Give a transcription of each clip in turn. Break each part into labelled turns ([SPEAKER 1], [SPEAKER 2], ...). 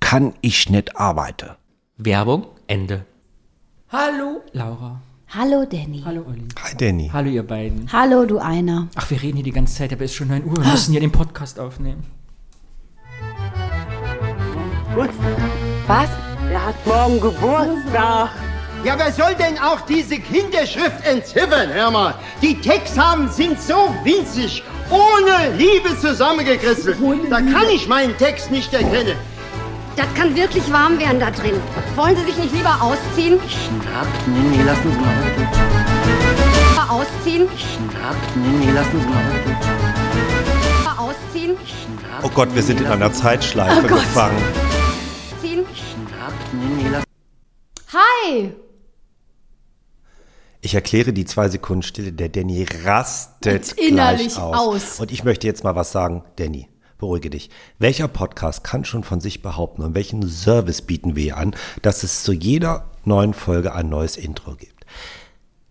[SPEAKER 1] kann ich nicht arbeiten.
[SPEAKER 2] Werbung, Ende. Hallo, Laura.
[SPEAKER 3] Hallo Danny.
[SPEAKER 4] Hallo Olli.
[SPEAKER 1] Hi Danny.
[SPEAKER 4] Hallo ihr beiden.
[SPEAKER 3] Hallo du einer.
[SPEAKER 4] Ach, wir reden hier die ganze Zeit, aber es ist schon 9 Uhr. Wir müssen hier den Podcast aufnehmen.
[SPEAKER 5] Was?
[SPEAKER 6] Er hat morgen Geburtstag.
[SPEAKER 7] Ja, wer soll denn auch diese Kinderschrift entziffern, hör mal? Die Texthaben sind so winzig, ohne Liebe zusammengekritzelt. Da kann ich meinen Text nicht erkennen.
[SPEAKER 8] Das kann wirklich warm werden da drin. Wollen Sie sich nicht lieber ausziehen?
[SPEAKER 6] Schnapp, nee, nee, lassen Sie mal.
[SPEAKER 8] Lieber ausziehen?
[SPEAKER 6] Schnapp, nee, nee, lassen Sie mal.
[SPEAKER 8] Lieber ausziehen?
[SPEAKER 9] Oh Gott, wir sind in einer Zeitschleife gefangen.
[SPEAKER 8] Ziehen?
[SPEAKER 6] Schnapp, nee, nee, lassen
[SPEAKER 3] Hi!
[SPEAKER 9] Ich erkläre die zwei Sekunden Stille. Der Danny rastet
[SPEAKER 3] Und innerlich
[SPEAKER 9] gleich aus.
[SPEAKER 3] aus.
[SPEAKER 9] Und ich möchte jetzt mal was sagen. Danny, beruhige dich. Welcher Podcast kann schon von sich behaupten und welchen Service bieten wir an, dass es zu jeder neuen Folge ein neues Intro gibt?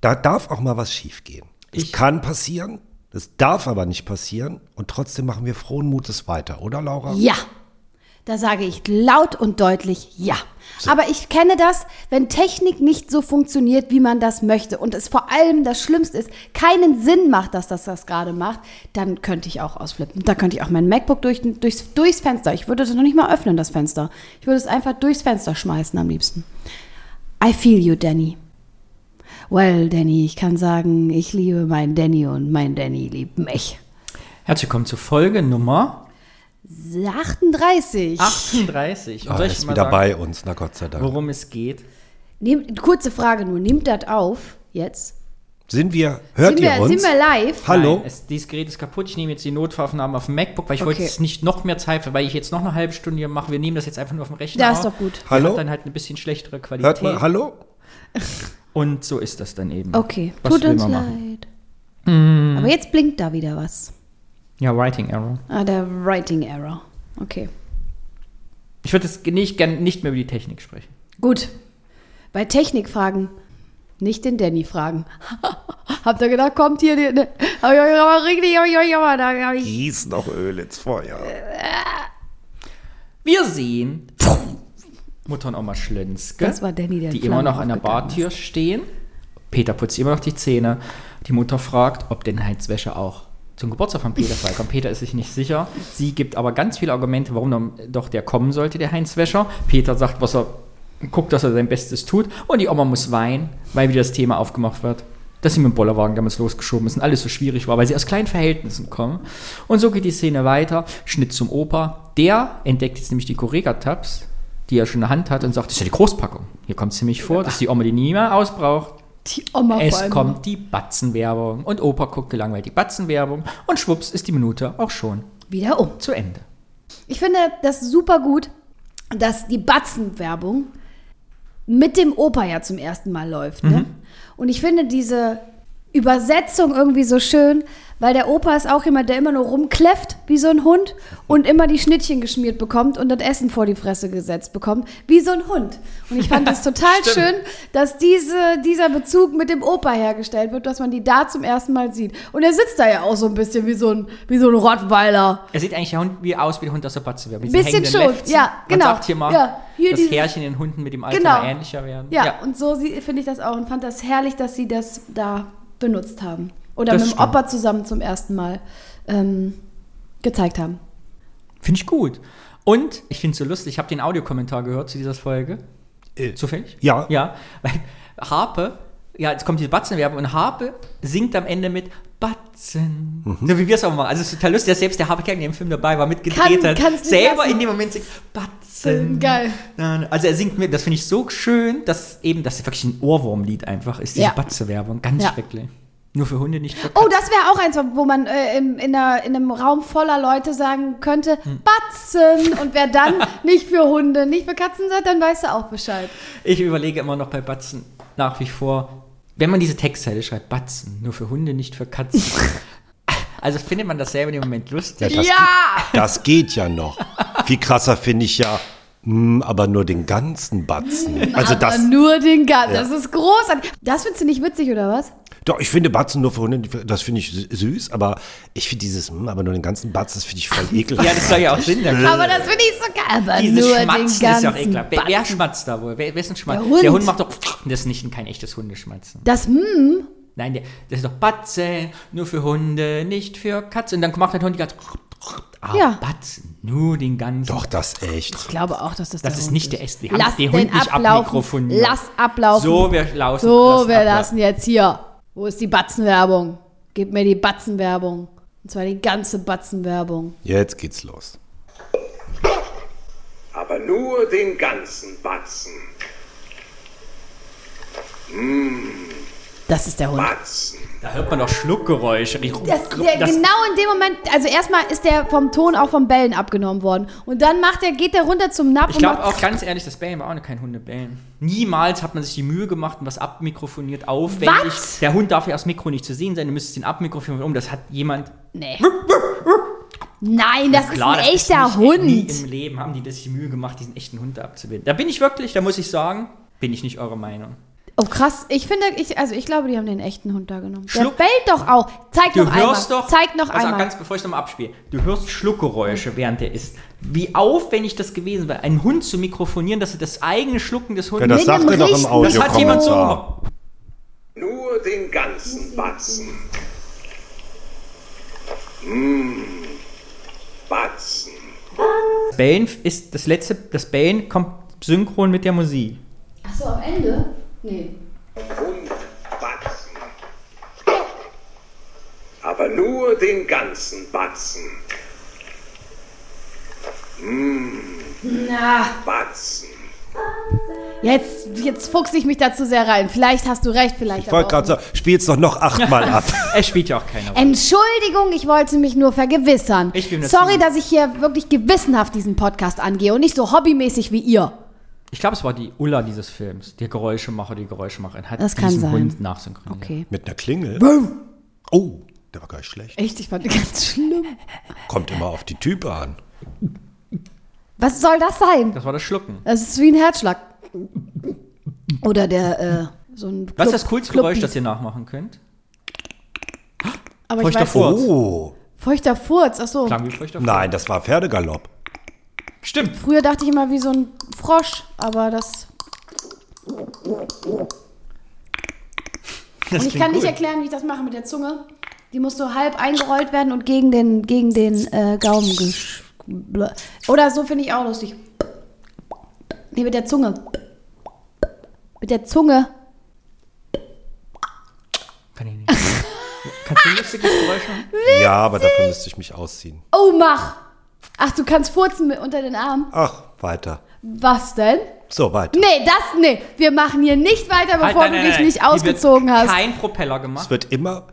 [SPEAKER 9] Da darf auch mal was schiefgehen. Das kann passieren, das darf aber nicht passieren. Und trotzdem machen wir frohen Mutes weiter, oder Laura?
[SPEAKER 3] Ja. Da sage ich laut und deutlich ja. Aber ich kenne das, wenn Technik nicht so funktioniert, wie man das möchte und es vor allem das Schlimmste ist, keinen Sinn macht, dass das das gerade macht, dann könnte ich auch ausflippen. Da könnte ich auch mein MacBook durch, durchs, durchs Fenster, ich würde es noch nicht mal öffnen, das Fenster. Ich würde es einfach durchs Fenster schmeißen am liebsten. I feel you, Danny. Well, Danny, ich kann sagen, ich liebe meinen Danny und mein Danny liebt mich.
[SPEAKER 4] Herzlich willkommen zur Folge Nummer
[SPEAKER 3] 38.
[SPEAKER 4] 38. Und
[SPEAKER 9] Ah,
[SPEAKER 4] soll
[SPEAKER 9] er
[SPEAKER 4] ich
[SPEAKER 9] ist
[SPEAKER 4] mal
[SPEAKER 9] wieder
[SPEAKER 4] sagen,
[SPEAKER 9] bei uns, na Gott sei Dank.
[SPEAKER 4] worum es geht?
[SPEAKER 3] Nehm, kurze Frage nur, nimmt das auf jetzt?
[SPEAKER 9] Sind wir, hört
[SPEAKER 3] sind,
[SPEAKER 9] ihr
[SPEAKER 3] wir,
[SPEAKER 9] uns?
[SPEAKER 3] sind wir live?
[SPEAKER 9] Hallo?
[SPEAKER 4] Nein, es, dieses Gerät ist kaputt. Ich nehme jetzt die Notfaufnahmen auf dem MacBook, weil ich wollte
[SPEAKER 3] Okay.
[SPEAKER 4] es nicht noch mehr Zeit, weil ich jetzt noch eine halbe Stunde hier mache. Wir nehmen das jetzt einfach nur auf dem Rechner.
[SPEAKER 3] Da ist
[SPEAKER 4] auf.
[SPEAKER 3] doch gut.
[SPEAKER 4] Hallo?
[SPEAKER 9] Hallo?
[SPEAKER 4] Hat dann halt eine bisschen schlechtere Qualität.
[SPEAKER 9] Hört mal, hallo?
[SPEAKER 4] Und so ist das dann eben.
[SPEAKER 3] Okay,
[SPEAKER 4] Was
[SPEAKER 3] tut
[SPEAKER 4] will
[SPEAKER 3] uns
[SPEAKER 4] man machen?
[SPEAKER 3] leid. Aber jetzt blinkt da wieder was.
[SPEAKER 4] Ja, Writing Error.
[SPEAKER 3] Ah, der Writing Error. Okay,
[SPEAKER 4] Ich würde jetzt nicht, gern nicht mehr über die Technik sprechen.
[SPEAKER 3] gut. Bei Technikfragen nicht den Danny fragen. Habt ihr gedacht, kommt hier, die, ne, hab ich euch aber richtig, hab ich euch aber, da hab ich.
[SPEAKER 9] Gieß noch Öl ins Feuer.
[SPEAKER 4] Wir sehen Mutter und Oma Schlönske,
[SPEAKER 3] Das war Danny, der in
[SPEAKER 4] die immer noch
[SPEAKER 3] Flammen
[SPEAKER 4] an der
[SPEAKER 3] aufgegangen
[SPEAKER 4] Bartür stehen. Peter putzt immer noch die Zähne. Die Mutter fragt, ob denn Heizwäsche auch zum Geburtstag von Peter freikommt. Peter ist sich nicht sicher. Sie gibt aber ganz viele Argumente, warum dann doch der kommen sollte, der Heinzwäscher. Peter sagt, was er guckt, dass er sein Bestes tut. Und die Oma muss weinen, weil wieder das Thema aufgemacht wird, dass sie mit dem Bollerwagen damals losgeschoben ist und alles so schwierig war, weil sie aus kleinen Verhältnissen kommen. Und so geht die Szene weiter. Schnitt zum Opa. Der entdeckt jetzt nämlich die Correga-Tabs, die er schon in der Hand hat, und sagt, das ist ja die Großpackung. Hier kommt es nämlich vor, dass die Oma die nie mehr ausbraucht.
[SPEAKER 3] Die Oma vor
[SPEAKER 4] Es
[SPEAKER 3] allem.
[SPEAKER 4] kommt die Batzenwerbung. Und Opa guckt gelangweilt die Batzenwerbung. Und schwupps ist die Minute auch schon
[SPEAKER 3] Wieder um.
[SPEAKER 4] zu Ende.
[SPEAKER 3] Ich finde das super gut, dass die Batzenwerbung mit dem Opa ja zum ersten Mal läuft. Ne? Und ich finde diese Übersetzung irgendwie so schön, weil der Opa ist auch jemand, der immer nur rumkläfft wie so ein Hund und immer die Schnittchen geschmiert bekommt und das Essen vor die Fresse gesetzt bekommt, wie so ein Hund. Und ich fand es total schön, dass diese, dieser Bezug mit dem Opa hergestellt wird, dass man die da zum ersten Mal sieht. Und er sitzt da ja auch so ein bisschen wie so ein, wie so ein Rottweiler.
[SPEAKER 4] Er sieht eigentlich der Hund wie aus wie der Hund aus der Batzenwerbung. Mit
[SPEAKER 3] Bisschen
[SPEAKER 4] diesen hängenden
[SPEAKER 3] schon,
[SPEAKER 4] Lefzen.
[SPEAKER 3] ja, genau.
[SPEAKER 4] Man sagt hier mal,
[SPEAKER 3] Ja, hier
[SPEAKER 4] dass
[SPEAKER 3] dieses-
[SPEAKER 4] Härchen den Hunden mit dem Alter
[SPEAKER 3] Genau.
[SPEAKER 4] mal ähnlicher werden.
[SPEAKER 3] Ja, und so sie- finde ich das auch und fand das herrlich, dass sie das da benutzt haben. Oder
[SPEAKER 4] Das
[SPEAKER 3] mit dem
[SPEAKER 4] stimmt.
[SPEAKER 3] Opa zusammen zum ersten Mal ähm, gezeigt haben.
[SPEAKER 4] Finde ich gut. Und ich finde es so lustig, ich habe den Audiokommentar gehört zu dieser Folge. Zufällig?
[SPEAKER 9] ja.
[SPEAKER 4] Ja, weil Harpe, ja, jetzt kommt diese Batzenwerbung und Harpe singt am Ende mit Batzen. So wie wir es auch mal. Also es ist total lustig, dass selbst der Harpe Kerkeling im Film dabei war, mitgedreht
[SPEAKER 3] Kann-
[SPEAKER 4] hat.
[SPEAKER 3] kann's nicht
[SPEAKER 4] Selber
[SPEAKER 3] lassen. Mm,
[SPEAKER 4] in dem Moment singt Batzen.
[SPEAKER 3] Geil.
[SPEAKER 4] Also er singt mit, das finde ich so schön, dass eben, das ist wirklich ein Ohrwurmlied einfach ist, diese
[SPEAKER 3] Ja.
[SPEAKER 4] Batzewerbung. Ganz
[SPEAKER 3] Ja.
[SPEAKER 4] schrecklich. Nur für Hunde nicht für
[SPEAKER 3] Oh, das wäre auch eins, wo man äh, in, in, einer, in einem Raum voller Leute sagen könnte,
[SPEAKER 4] Hm.
[SPEAKER 3] Batzen. Und wer dann nicht für Hunde, nicht für Katzen sagt, dann weißt du auch Bescheid.
[SPEAKER 4] Ich überlege immer noch bei Batzen nach wie vor, wenn man diese Textzeile schreibt, Batzen, nur für Hunde, nicht für Katzen. also findet man das selber im Moment lustig.
[SPEAKER 9] Das,
[SPEAKER 3] ja!
[SPEAKER 9] das geht ja noch. Viel krasser finde ich ja, mm, aber nur den ganzen Batzen. Also
[SPEAKER 3] aber
[SPEAKER 9] das.
[SPEAKER 3] nur den Garten. Das ist großartig. Das findest du nicht witzig, oder was?
[SPEAKER 9] Doch, ich finde Batzen nur für Hunde, das finde ich sü- süß, aber ich finde dieses, mm, aber nur den ganzen Batzen, das finde ich voll ekelhaft.
[SPEAKER 4] Ja, das soll ja auch Sinn der
[SPEAKER 3] Aber das finde ich so geil. Aber
[SPEAKER 4] Äh, Dieses
[SPEAKER 3] nur
[SPEAKER 4] Schmatzen
[SPEAKER 3] den
[SPEAKER 4] ist ja auch
[SPEAKER 3] ganzen
[SPEAKER 4] ekelhaft. Wer, wer
[SPEAKER 3] Batzen.
[SPEAKER 4] schmatzt da wohl? Wer, wer ist ein Schmatz?
[SPEAKER 3] Der Hund.
[SPEAKER 4] der Hund macht doch. Das ist nicht ein, kein echtes Hundeschmatzen.
[SPEAKER 3] Das Hm,
[SPEAKER 4] Nein, der, das ist doch Batze, nur für Hunde, nicht für Katzen. Und dann macht der Hund die ganze. Ah,
[SPEAKER 3] Ja.
[SPEAKER 4] Batzen, nur den ganzen.
[SPEAKER 9] Doch, das echt.
[SPEAKER 3] ich glaube auch, dass das
[SPEAKER 4] Das
[SPEAKER 3] der
[SPEAKER 4] ist
[SPEAKER 3] Hund
[SPEAKER 4] nicht der Est. Wir haben
[SPEAKER 3] Lass den
[SPEAKER 4] den Hund nicht
[SPEAKER 3] ablaufen.
[SPEAKER 4] abmikrofoniert.
[SPEAKER 3] Lass ablaufen.
[SPEAKER 4] So, wir laufen.
[SPEAKER 3] So, wir
[SPEAKER 4] ablaufen.
[SPEAKER 3] lassen jetzt hier. Wo ist die Batzenwerbung? Gib mir die Batzenwerbung. Und zwar die ganze Batzenwerbung.
[SPEAKER 9] Jetzt geht's los.
[SPEAKER 10] aber nur den ganzen Batzen.
[SPEAKER 3] Das ist der Hund.
[SPEAKER 10] Batzen.
[SPEAKER 4] Da hört man doch Schluckgeräusche.
[SPEAKER 3] Das, der, genau in dem Moment, also erstmal ist der vom Ton auch vom Bellen abgenommen worden. Und dann macht der, geht der runter zum Napf
[SPEAKER 4] ich
[SPEAKER 3] und
[SPEAKER 4] glaube
[SPEAKER 3] macht
[SPEAKER 4] auch ganz ehrlich, das Bellen war auch noch kein Hundebellen. Niemals hat man sich die Mühe gemacht und was abmikrofoniert aufwendig.
[SPEAKER 3] Was?
[SPEAKER 4] Der Hund darf ja aus Mikro nicht zu sehen sein, du müsstest ihn abmikrofonieren. Um, das hat jemand.
[SPEAKER 3] Nee. Nein, das
[SPEAKER 4] Klar,
[SPEAKER 3] ist
[SPEAKER 4] das
[SPEAKER 3] ein echter
[SPEAKER 4] ist nicht- Nie
[SPEAKER 3] Hund.
[SPEAKER 4] im Leben haben die sich die Mühe gemacht, diesen echten Hund da abzubilden. Da bin ich wirklich, da muss ich sagen, bin ich nicht eurer Meinung.
[SPEAKER 3] Oh krass, ich finde, ich, also ich glaube, die haben den echten Hund da genommen.
[SPEAKER 4] Schluck-
[SPEAKER 3] Der bellt doch auch. Zeig
[SPEAKER 4] Du
[SPEAKER 3] noch
[SPEAKER 4] hörst
[SPEAKER 3] einmal.
[SPEAKER 4] doch.
[SPEAKER 3] Zeig noch
[SPEAKER 4] also
[SPEAKER 3] einmal.
[SPEAKER 4] Ganz bevor ich nochmal abspiele. Du hörst Schluckgeräusche, während er isst. Wie aufwendig das gewesen war, einen Hund zu mikrofonieren, dass er das eigene Schlucken des
[SPEAKER 9] Ja,
[SPEAKER 4] Hundes.
[SPEAKER 9] das
[SPEAKER 3] Mit
[SPEAKER 9] sagt
[SPEAKER 3] einem
[SPEAKER 9] er doch im
[SPEAKER 3] richtigen-
[SPEAKER 9] Audio.
[SPEAKER 4] das hat jemand so
[SPEAKER 9] Kommentar.
[SPEAKER 4] gemacht.
[SPEAKER 10] Nur den ganzen Batzen. Mmh. Hm. Batzen.
[SPEAKER 4] Das Bellen ist das letzte, das Bellen kommt synchron mit der Musik.
[SPEAKER 3] Achso, am Ende? Nee.
[SPEAKER 10] Hund, Batzen. Aber nur den ganzen Batzen.
[SPEAKER 3] Na,
[SPEAKER 10] Hm. Batzen.
[SPEAKER 3] jetzt, jetzt fuchse ich mich da zu sehr rein. Vielleicht hast du recht, vielleicht.
[SPEAKER 9] Ich
[SPEAKER 3] aber
[SPEAKER 9] wollte
[SPEAKER 3] auch
[SPEAKER 9] gerade sagen, spiel's doch noch achtmal ab.
[SPEAKER 4] Es spielt ja auch keine
[SPEAKER 3] Ähm.
[SPEAKER 4] Rolle.
[SPEAKER 3] Entschuldigung, ich wollte mich nur vergewissern.
[SPEAKER 4] Ich bin das
[SPEAKER 3] Sorry,
[SPEAKER 4] Team.
[SPEAKER 3] dass ich hier wirklich gewissenhaft diesen Podcast angehe und nicht so hobbymäßig wie ihr.
[SPEAKER 4] Ich glaube, es war die Ulla dieses Films, der Geräuschemacher, die Geräuschemacherin, hat
[SPEAKER 3] Das kann
[SPEAKER 4] diesen
[SPEAKER 3] sein.
[SPEAKER 4] Hund nachsynchronisiert.
[SPEAKER 3] Okay.
[SPEAKER 9] Mit einer Klingel. Oh, der war gar nicht schlecht.
[SPEAKER 3] Echt, ich fand ganz schlimm.
[SPEAKER 9] Kommt immer auf die Type an.
[SPEAKER 3] Was soll das sein?
[SPEAKER 4] Das war das Schlucken.
[SPEAKER 3] Das ist wie ein Herzschlag. Oder der, äh, so ein.
[SPEAKER 4] Was ist
[SPEAKER 3] Club-
[SPEAKER 4] das coolste
[SPEAKER 3] Club-
[SPEAKER 4] Geräusch, das ihr nachmachen könnt?
[SPEAKER 3] Aber ich
[SPEAKER 4] Feuchter
[SPEAKER 3] weiß,
[SPEAKER 4] Furz.
[SPEAKER 9] Oh,
[SPEAKER 3] Feuchter Furz, achso.
[SPEAKER 4] Klang wie Feuchter
[SPEAKER 9] nein, das war Pferdegalopp.
[SPEAKER 4] Stimmt.
[SPEAKER 3] Früher dachte ich immer wie so ein Frosch, aber das.
[SPEAKER 4] Das
[SPEAKER 3] Und ich
[SPEAKER 4] klingt
[SPEAKER 3] kann nicht
[SPEAKER 4] gut.
[SPEAKER 3] erklären, wie ich das mache mit der Zunge. Die muss so halb eingerollt werden und gegen den, gegen den äh, Gaumen gesch- bl- Oder so finde ich auch lustig. Nee, mit der Zunge. Mit der Zunge.
[SPEAKER 4] Kann ich nicht. Kannst du ein lustiges Geräusch machen?
[SPEAKER 9] Ja, aber dafür müsste ich mich ausziehen.
[SPEAKER 3] Oh, mach! Ach, du kannst furzen mit unter den Armen.
[SPEAKER 9] Ach, weiter.
[SPEAKER 3] Was denn?
[SPEAKER 9] So, weiter.
[SPEAKER 3] Nee, das, nee. Wir machen hier nicht weiter, bevor
[SPEAKER 4] Halt, nein,
[SPEAKER 3] du
[SPEAKER 4] nein,
[SPEAKER 3] dich
[SPEAKER 4] nein.
[SPEAKER 3] nicht
[SPEAKER 4] Hier wird
[SPEAKER 3] ausgezogen hast.
[SPEAKER 4] Kein Propeller
[SPEAKER 9] Es
[SPEAKER 4] gemacht.
[SPEAKER 9] wird immer,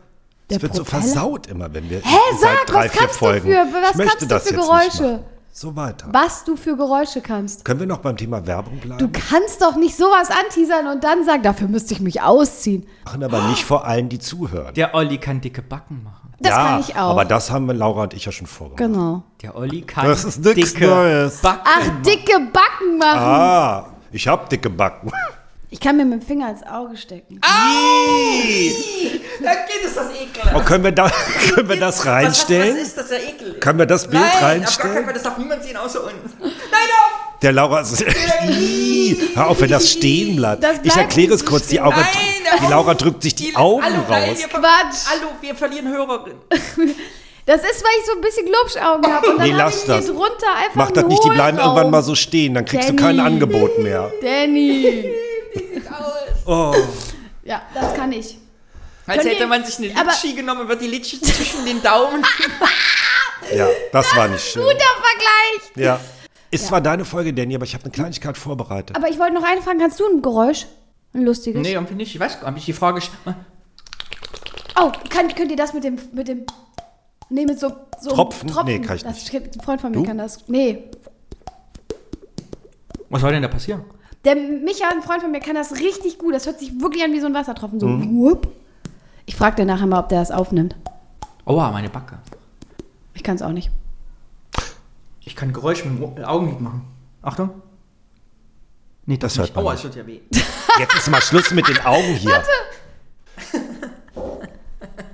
[SPEAKER 9] es
[SPEAKER 3] Der
[SPEAKER 9] wird so
[SPEAKER 3] Propeller?
[SPEAKER 9] versaut immer, wenn wir
[SPEAKER 3] Hä,
[SPEAKER 9] seit
[SPEAKER 3] sag,
[SPEAKER 9] drei,
[SPEAKER 3] was
[SPEAKER 9] vier
[SPEAKER 3] kannst du
[SPEAKER 9] Folgen.
[SPEAKER 3] für- was
[SPEAKER 9] ich möchte
[SPEAKER 3] kannst du
[SPEAKER 9] das
[SPEAKER 3] für
[SPEAKER 9] jetzt
[SPEAKER 3] Geräusche?
[SPEAKER 9] Nicht machen. so weiter.
[SPEAKER 3] Was du für Geräusche kannst.
[SPEAKER 9] Können wir noch beim Thema Werbung bleiben?
[SPEAKER 3] Du kannst doch nicht sowas anteasern und dann sagen, dafür müsste ich mich ausziehen.
[SPEAKER 9] machen aber nicht vor allen, die zuhören.
[SPEAKER 4] Der Olli kann dicke Backen machen.
[SPEAKER 3] Oh. Das
[SPEAKER 9] ja,
[SPEAKER 3] kann ich auch.
[SPEAKER 9] aber das haben wir Laura und ich ja schon vorgemacht.
[SPEAKER 3] genau.
[SPEAKER 4] Der Olli kann
[SPEAKER 9] Das ist nix
[SPEAKER 4] dicke
[SPEAKER 9] Neues.
[SPEAKER 4] Backen
[SPEAKER 3] Ach, dicke Backen machen.
[SPEAKER 9] Ah, ich hab dicke Backen.
[SPEAKER 3] Ich kann mir mit dem Finger ins Auge stecken.
[SPEAKER 4] Da geht es das Ekel.
[SPEAKER 9] Oh, können wir, da, können wir das reinstellen?
[SPEAKER 4] ist das der Ekel?
[SPEAKER 9] Können wir das Bild reinstellen?
[SPEAKER 4] das darf niemand sehen außer uns. Nein, auf!
[SPEAKER 9] Der Laura ist. Ih, Hör auf, wenn das stehen bleibt.
[SPEAKER 3] Das bleibt
[SPEAKER 9] ich erkläre es
[SPEAKER 3] nicht
[SPEAKER 9] kurz. Die,
[SPEAKER 3] stehen.
[SPEAKER 9] Augen,
[SPEAKER 4] Nein,
[SPEAKER 9] die Laura drückt sich die Augen raus.
[SPEAKER 3] Quatsch.
[SPEAKER 4] Hallo, wir verlieren Hörerinnen.
[SPEAKER 3] Das ist, weil ich so ein bisschen Glubschaugen habe. Und dann
[SPEAKER 9] Nee,
[SPEAKER 3] habe ich
[SPEAKER 9] lass
[SPEAKER 3] hier
[SPEAKER 9] das.
[SPEAKER 3] drunter einfach
[SPEAKER 9] Mach das
[SPEAKER 3] einen
[SPEAKER 9] nicht, die bleiben
[SPEAKER 3] Hohlraum.
[SPEAKER 9] irgendwann mal so stehen. Dann kriegst du kein
[SPEAKER 3] Danny.
[SPEAKER 9] Angebot mehr.
[SPEAKER 3] Danny.
[SPEAKER 9] Oh.
[SPEAKER 3] Ja, das kann ich.
[SPEAKER 4] Als
[SPEAKER 3] Könnt
[SPEAKER 4] hätte
[SPEAKER 3] ihr-
[SPEAKER 4] man sich eine
[SPEAKER 3] aber-
[SPEAKER 4] Litschi genommen, wird die Litschi zwischen den Daumen.
[SPEAKER 9] Ja, das, war nicht schön.
[SPEAKER 3] Guter Vergleich.
[SPEAKER 9] Ja. Ist zwar deine Folge, Danny, aber ich habe eine Kleinigkeit vorbereitet.
[SPEAKER 3] Aber ich wollte noch eine fragen. Kannst du ein Geräusch? Ein lustiges?
[SPEAKER 4] nee, irgendwie nicht. Ich weiß gar nicht. Die Frage ist,
[SPEAKER 3] Oh, kann, könnt ihr das mit dem, mit dem, nee, mit so, so
[SPEAKER 9] Tropfen?
[SPEAKER 3] Tropfen.
[SPEAKER 9] Nee, kann ich
[SPEAKER 3] das,
[SPEAKER 9] nicht.
[SPEAKER 3] Ein Freund von mir
[SPEAKER 9] Du?
[SPEAKER 3] kann das. Nee,
[SPEAKER 2] Was soll denn da passieren?
[SPEAKER 3] der Micha, ein Freund von mir, kann das richtig gut. Das hört sich wirklich an wie so ein Wassertropfen. So,
[SPEAKER 9] Mhm.
[SPEAKER 3] wupp. Ich frage den nachher mal, ob der das aufnimmt.
[SPEAKER 4] Aua, meine Backe.
[SPEAKER 3] Ich kann es auch nicht.
[SPEAKER 4] Ich kann Geräusche mit dem Augenlid machen. Achtung. Nee,
[SPEAKER 9] Das hört man
[SPEAKER 4] Aua,
[SPEAKER 9] nicht.
[SPEAKER 4] es tut ja weh.
[SPEAKER 9] Jetzt ist mal Schluss mit den Augen hier.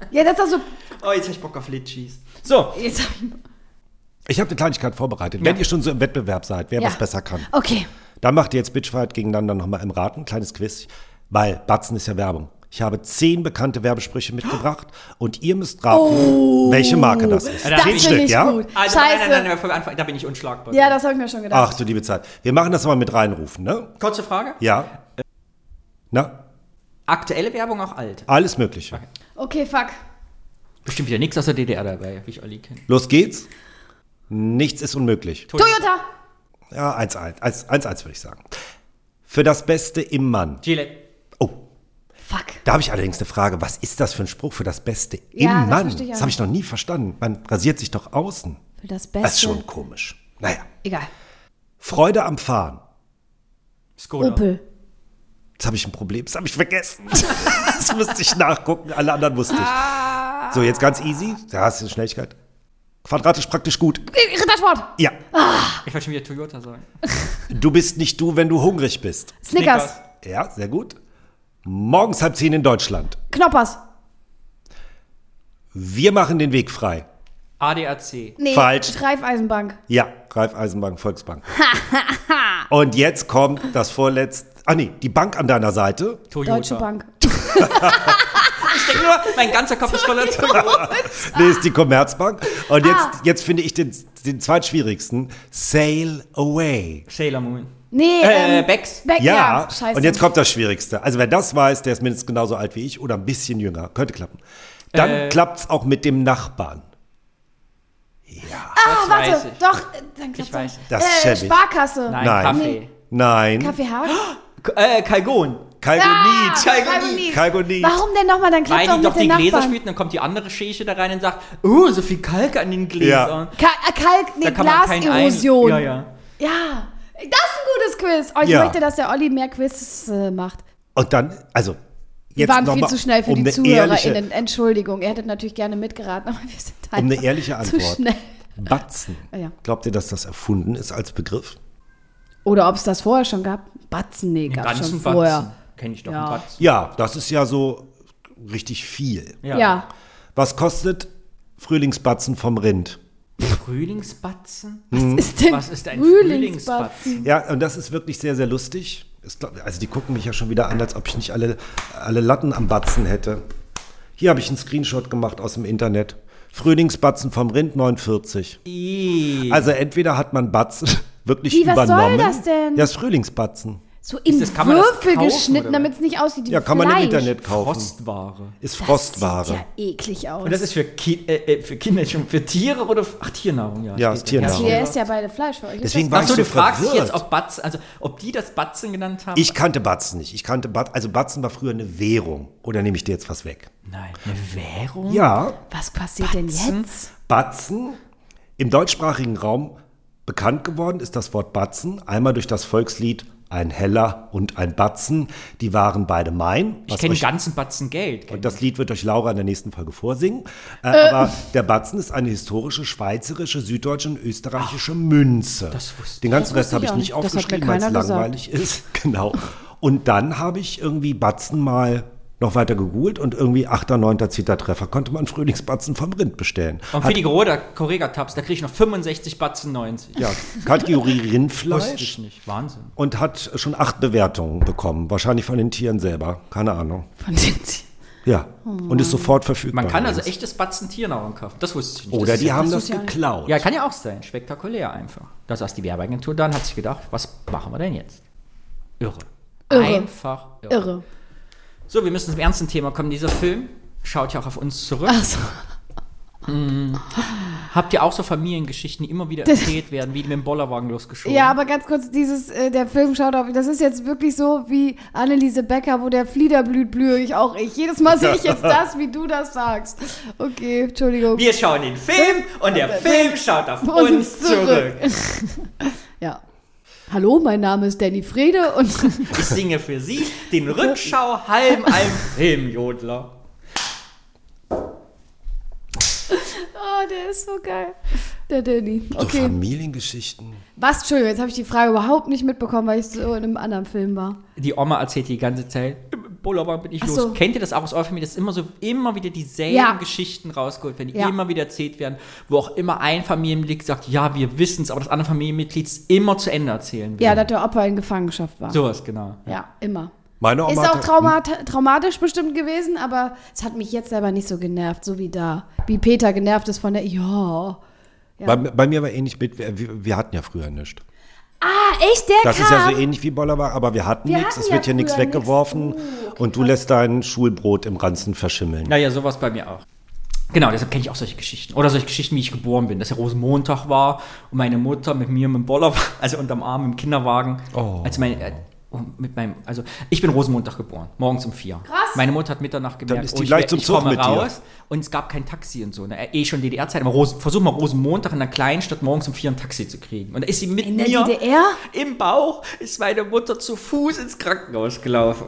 [SPEAKER 3] Ja, das ist auch so,
[SPEAKER 4] Oh, jetzt hab ich Bock auf Litschis. So,
[SPEAKER 3] jetzt,
[SPEAKER 9] Ich habe eine Kleinigkeit vorbereitet. Wenn ihr schon so im Wettbewerb seid, wer
[SPEAKER 3] Ja.
[SPEAKER 9] was besser kann,
[SPEAKER 3] okay.
[SPEAKER 9] dann macht ihr jetzt Bitchfight gegeneinander nochmal im Raten. Kleines Quiz, weil Batzen ist ja Werbung. Ich habe zehn bekannte Werbesprüche mitgebracht und ihr müsst raten,
[SPEAKER 3] Oh.
[SPEAKER 9] welche Marke das ist.
[SPEAKER 3] Das
[SPEAKER 9] Zehn
[SPEAKER 3] finde ich gut.
[SPEAKER 4] also, nein,
[SPEAKER 3] Scheiße.
[SPEAKER 4] nein, nein, nein, bevor wir anfangen, da bin ich unschlagbar.
[SPEAKER 3] Ja, das habe ich mir schon gedacht.
[SPEAKER 9] Ach du liebe Zeit. Wir machen das mal mit reinrufen, ne?
[SPEAKER 4] Kurze Frage.
[SPEAKER 9] Ja. Na,
[SPEAKER 4] Aktuelle Werbung auch alt?
[SPEAKER 9] alles Mögliche.
[SPEAKER 3] Okay, fuck.
[SPEAKER 4] Bestimmt wieder nichts aus der DDR dabei, wie ich Olli kenne.
[SPEAKER 9] Los geht's. Nichts ist unmöglich.
[SPEAKER 3] Toyota.
[SPEAKER 9] Ja, 1-1. 1-1 würde ich sagen. Für das Beste im Mann.
[SPEAKER 4] Gillette.
[SPEAKER 9] Oh,
[SPEAKER 3] Fuck.
[SPEAKER 9] da habe ich allerdings eine Frage. Was ist das für ein Spruch für das Beste im
[SPEAKER 3] Ja, das
[SPEAKER 9] Mann?
[SPEAKER 3] verstehe ich auch
[SPEAKER 9] das habe ich noch nie verstanden. Man rasiert sich doch außen.
[SPEAKER 3] Für
[SPEAKER 9] Das
[SPEAKER 3] das
[SPEAKER 9] ist
[SPEAKER 3] Beste.
[SPEAKER 9] schon komisch. Naja.
[SPEAKER 3] Egal.
[SPEAKER 9] Freude am Fahren.
[SPEAKER 4] Skoda.
[SPEAKER 3] Opel.
[SPEAKER 9] Jetzt habe ich ein Problem. Das habe ich vergessen. das müsste ich nachgucken. Alle anderen wusste ich. So, jetzt ganz easy. Da hast du Schnelligkeit. Quadratisch praktisch gut.
[SPEAKER 3] Äh, Rittersport.
[SPEAKER 9] Ja.
[SPEAKER 4] Ich wollte schon wieder Toyota sagen.
[SPEAKER 9] Du bist nicht du, wenn du hungrig bist.
[SPEAKER 3] Snickers.
[SPEAKER 9] Ja, sehr gut. Morgens halb zehn in Deutschland.
[SPEAKER 3] Knoppers.
[SPEAKER 9] Wir machen den Weg frei.
[SPEAKER 4] ADAC.
[SPEAKER 3] Nee.
[SPEAKER 9] Falsch.
[SPEAKER 3] Streifeisenbank.
[SPEAKER 9] Ja, Raiffeisenbank, Volksbank. Und jetzt kommt das vorletzte. Ah nee, die Bank an deiner Seite.
[SPEAKER 4] Toyota.
[SPEAKER 3] Deutsche Bank.
[SPEAKER 4] Ich denke nur, mein ganzer Kopf ist voller Toyota.
[SPEAKER 9] Nee, ist die Commerzbank. Und jetzt,
[SPEAKER 3] Ah.
[SPEAKER 9] jetzt finde ich den, den zweitschwierigsten. Sail away.
[SPEAKER 4] Sailor Moon.
[SPEAKER 3] Nee.
[SPEAKER 4] Äh,
[SPEAKER 3] Ähm,
[SPEAKER 4] Becks.
[SPEAKER 3] Beck, ja.
[SPEAKER 9] Ja,
[SPEAKER 3] scheiße.
[SPEAKER 9] und jetzt kommt das Schwierigste. Also wer das weiß, der ist mindestens genauso alt wie ich oder ein bisschen jünger. Könnte klappen. Dann klappt's auch mit dem Nachbarn.
[SPEAKER 3] Ah, warte.
[SPEAKER 4] weiß ich.
[SPEAKER 3] Doch. äh, Dann klappt's
[SPEAKER 4] Ich weiß.
[SPEAKER 3] auch.
[SPEAKER 9] Das ist
[SPEAKER 3] äh,
[SPEAKER 9] schäbig.
[SPEAKER 3] Sparkasse.
[SPEAKER 4] Nein,
[SPEAKER 9] Nein.
[SPEAKER 4] Kaffee.
[SPEAKER 9] Nein.
[SPEAKER 3] Kaffeehaken.
[SPEAKER 4] K äh, Kalgon.
[SPEAKER 9] Kalgonit.
[SPEAKER 4] Kalgonit.
[SPEAKER 9] Kalgonit.
[SPEAKER 3] Ah, Warum denn nochmal? Dann
[SPEAKER 4] Weil
[SPEAKER 3] klappt doch
[SPEAKER 4] die
[SPEAKER 3] mit
[SPEAKER 4] doch
[SPEAKER 3] den
[SPEAKER 4] die Gläser
[SPEAKER 3] Nachbarn.
[SPEAKER 4] spielt, dann kommt die andere Schäche da rein und sagt, oh, so viel Kalk an den Gläsern.
[SPEAKER 3] Ka- äh, Kalk, nee,
[SPEAKER 4] Da kann man keinen ein-
[SPEAKER 3] Glaserosion.
[SPEAKER 4] Ja, ja.
[SPEAKER 3] Ja, das ist ein gutes Quiz. Oh, ich
[SPEAKER 9] Ja.
[SPEAKER 3] möchte, dass der Olli mehr Quiz äh, macht.
[SPEAKER 9] Und dann, also,
[SPEAKER 3] Wir
[SPEAKER 9] jetzt
[SPEAKER 3] waren
[SPEAKER 9] noch
[SPEAKER 3] viel
[SPEAKER 9] mal,
[SPEAKER 3] zu schnell für
[SPEAKER 9] um
[SPEAKER 3] die
[SPEAKER 9] eine ehrliche,
[SPEAKER 3] ZuhörerInnen. Entschuldigung, ihr hättet natürlich gerne mitgeraten, aber wir sind halt
[SPEAKER 9] Um eine ehrliche
[SPEAKER 3] zu
[SPEAKER 9] Antwort.
[SPEAKER 3] schnell.
[SPEAKER 9] Batzen.
[SPEAKER 3] Ah, ja.
[SPEAKER 9] Glaubt ihr, dass das erfunden ist als Begriff?
[SPEAKER 3] Oder ob es das vorher schon gab? Batzen, nee,
[SPEAKER 4] Den
[SPEAKER 3] gab es schon
[SPEAKER 4] ganzen
[SPEAKER 3] vorher.
[SPEAKER 4] Batzen. Kenn ich doch
[SPEAKER 3] Ja.
[SPEAKER 4] einen Batzen.
[SPEAKER 9] Ja, das ist ja so richtig viel.
[SPEAKER 3] Ja.
[SPEAKER 9] Was kostet Frühlingsbatzen vom Rind?
[SPEAKER 4] Frühlingsbatzen?
[SPEAKER 9] Hm.
[SPEAKER 3] Was ist denn
[SPEAKER 4] Was ist ein Frühlingsbatzen?
[SPEAKER 9] Ja, und das ist wirklich sehr, sehr lustig. Ist, glaub- also die gucken mich ja schon wieder an, als ob ich nicht alle, alle Latten am Batzen hätte. Hier habe ich einen Screenshot gemacht aus dem Internet. Frühlingsbatzen vom Rind 49.
[SPEAKER 4] Ih.
[SPEAKER 9] Also entweder hat man Batzen wirklich
[SPEAKER 3] Wie, was soll
[SPEAKER 9] übernommen.
[SPEAKER 3] das denn?
[SPEAKER 9] Ja, das Frühlingsbatzen.
[SPEAKER 3] So in
[SPEAKER 4] das- kann man das
[SPEAKER 3] Würfel
[SPEAKER 4] kaufen,
[SPEAKER 3] geschnitten,
[SPEAKER 4] oder was?
[SPEAKER 3] damit es nicht aussieht wie
[SPEAKER 9] Ja, kann man
[SPEAKER 3] Fleisch.
[SPEAKER 9] im Internet kaufen.
[SPEAKER 4] Frostware.
[SPEAKER 9] Ist
[SPEAKER 3] Sieht
[SPEAKER 9] Frostware.
[SPEAKER 3] ja eklig aus.
[SPEAKER 4] Und das ist für, Ki äh, äh, für Kinder, Entschuldigung, für Tiere oder für, ach, Tiernahrung, ja.
[SPEAKER 9] Ja,
[SPEAKER 4] steht
[SPEAKER 9] ist
[SPEAKER 4] da.
[SPEAKER 9] Tiernahrung.
[SPEAKER 3] Ihr esst ja beide Fleisch für euch. ist
[SPEAKER 9] Deswegen
[SPEAKER 3] das
[SPEAKER 9] war
[SPEAKER 4] Ach
[SPEAKER 9] ich
[SPEAKER 4] so,
[SPEAKER 9] so
[SPEAKER 4] du fragst dich
[SPEAKER 9] verwirrt.
[SPEAKER 4] jetzt, ob Batzen, also ob die das Batzen genannt haben?
[SPEAKER 9] Ich kannte Batzen nicht. Ich kannte Bat also Batzen war früher eine Währung. Oder nehme ich dir jetzt was weg?
[SPEAKER 4] Nein, eine Währung?
[SPEAKER 9] Ja,
[SPEAKER 3] was passiert denn jetzt?
[SPEAKER 9] Batzen. Im deutschsprachigen Raum bekannt geworden ist das Wort Batzen einmal durch das Volkslied Ein Heller und ein Batzen. Die waren beide mein.
[SPEAKER 4] Ich
[SPEAKER 9] was
[SPEAKER 4] kenne
[SPEAKER 9] euch-
[SPEAKER 4] den ganzen Batzen Geld.
[SPEAKER 9] Und das Lied wird euch Laura in der nächsten Folge vorsingen. Äh, Aber der Batzen ist eine historische schweizerische, süddeutsche und österreichische Münze.
[SPEAKER 4] das wusste
[SPEAKER 9] Den ganzen Rest habe
[SPEAKER 3] ich
[SPEAKER 9] ich
[SPEAKER 3] auch
[SPEAKER 9] nicht
[SPEAKER 3] nicht. Das
[SPEAKER 9] aufgeschrieben,
[SPEAKER 3] hat mir
[SPEAKER 9] weil es
[SPEAKER 3] keiner gesagt.
[SPEAKER 9] langweilig ist. Genau. Und dann habe ich irgendwie Batzen mal noch weiter gegoogelt und irgendwie 8., 9., 10. Treffer konnte man Frühlingsbatzen vom Rind bestellen.
[SPEAKER 4] Und für die Correga-Tabs, da kriege ich noch 65 Batzen 90.
[SPEAKER 9] Ja, Kategorie
[SPEAKER 4] Wusste ich
[SPEAKER 9] Rindfleisch
[SPEAKER 4] nicht. Wahnsinn.
[SPEAKER 9] und hat schon acht Bewertungen bekommen. Wahrscheinlich von den Tieren selber. Keine Ahnung.
[SPEAKER 3] Von den Tieren.
[SPEAKER 9] Ja. Und ist sofort verfügbar.
[SPEAKER 4] Man kann also
[SPEAKER 9] übrigens.
[SPEAKER 4] echtes Batzen Tiernahrung kaufen. Das wusste ich nicht.
[SPEAKER 9] Oder
[SPEAKER 4] das
[SPEAKER 9] die haben
[SPEAKER 3] das
[SPEAKER 9] das
[SPEAKER 3] ist ja nicht-
[SPEAKER 9] geklaut.
[SPEAKER 4] Ja, kann ja auch sein. Spektakulär einfach. Da saß die Werbeagentur da und hat sich gedacht, was machen wir denn jetzt? Irre.
[SPEAKER 3] Irre.
[SPEAKER 4] Einfach irre.
[SPEAKER 3] Irre.
[SPEAKER 4] So, wir müssen zum ernsten Thema kommen. Dieser Film schaut ja auch auf uns zurück.
[SPEAKER 3] Ach so. Ah.
[SPEAKER 4] Habt ihr auch so Familiengeschichten, die immer wieder erzählt werden, wie mit dem Bollerwagen losgeschoben?
[SPEAKER 3] Ja, aber ganz kurz, dieses, äh, der Film schaut auf, das ist jetzt wirklich so wie Anneliese Becker, wo der Flieder blüht, blühe ich auch ich. Jedes Mal sehe ich jetzt das, wie du das sagst. Okay, Entschuldigung.
[SPEAKER 4] Wir schauen den Film und der Film schaut auf
[SPEAKER 3] Uns
[SPEAKER 4] uns zurück.
[SPEAKER 3] ja. Hallo, mein Name ist Danny Frede und
[SPEAKER 4] Ich singe für Sie den Rückschau halb ein Filmjodler.
[SPEAKER 3] oh, der ist so geil. Der Danny.
[SPEAKER 9] So
[SPEAKER 3] Okay.
[SPEAKER 9] Familiengeschichten.
[SPEAKER 3] Was, Entschuldigung, jetzt habe ich die Frage überhaupt nicht mitbekommen, weil ich so in einem anderen Film war.
[SPEAKER 4] Die Oma erzählt die ganze Zeit, "Im Bollerwagen bin ich
[SPEAKER 3] Ach
[SPEAKER 4] los.
[SPEAKER 3] so.
[SPEAKER 4] Kennt ihr das auch aus eurer Familie, dass immer so immer wieder dieselben
[SPEAKER 3] Ja.
[SPEAKER 4] Geschichten rausgeholt werden, die
[SPEAKER 3] Ja.
[SPEAKER 4] immer wieder erzählt werden, wo auch immer ein Familienmitglied sagt, ja, wir wissen es, aber das andere Familienmitglied es immer zu Ende erzählen will.
[SPEAKER 3] Ja, dass der Opa in Gefangenschaft war.
[SPEAKER 4] Sowas, genau.
[SPEAKER 3] Ja, immer.
[SPEAKER 9] Meine Oma
[SPEAKER 3] Ist auch
[SPEAKER 9] hatte-
[SPEAKER 3] traumat traumatisch bestimmt gewesen, aber es hat mich jetzt selber nicht so genervt, so wie da. Wie Peter genervt ist von der. Ja. Ja.
[SPEAKER 9] Bei, bei mir war ähnlich mit, wir, wir hatten ja früher nichts.
[SPEAKER 3] Ah, echt? Der
[SPEAKER 9] Das
[SPEAKER 3] kam?
[SPEAKER 9] ist ja so ähnlich wie Bollerwagen, aber wir hatten
[SPEAKER 3] Wir
[SPEAKER 9] nichts,
[SPEAKER 3] hatten
[SPEAKER 9] es
[SPEAKER 3] ja
[SPEAKER 9] wird hier nichts
[SPEAKER 3] früher Uh, nix.
[SPEAKER 9] weggeworfen und du lässt dein Schulbrot im Ranzen verschimmeln.
[SPEAKER 4] Naja, sowas bei mir auch. Genau, deshalb kenne ich auch solche Geschichten. Oder solche Geschichten, wie ich geboren bin, dass der Rosenmontag war und meine Mutter mit mir mit dem Bollerwagen, also unterm Arm im Kinderwagen,
[SPEAKER 9] Oh.
[SPEAKER 4] als mein, äh, und mit meinem, also ich bin Rosenmontag geboren, morgens um vier. Krass. Meine Mutter hat Mitternacht gemerkt, oh,
[SPEAKER 9] ist die
[SPEAKER 4] ich,
[SPEAKER 9] gleich
[SPEAKER 4] werd-
[SPEAKER 9] zum
[SPEAKER 4] ich
[SPEAKER 9] Zug
[SPEAKER 4] komme
[SPEAKER 9] mit dir.
[SPEAKER 4] raus und es gab kein Taxi und so. Ne? Eh schon DDR-Zeit, aber Rosen, versuch mal Rosenmontag in einer kleinen Stadt morgens um vier ein Taxi zu kriegen. Und da ist sie mit
[SPEAKER 3] In der
[SPEAKER 4] mir
[SPEAKER 3] DDR?
[SPEAKER 4] im Bauch, ist meine Mutter zu Fuß ins Krankenhaus gelaufen.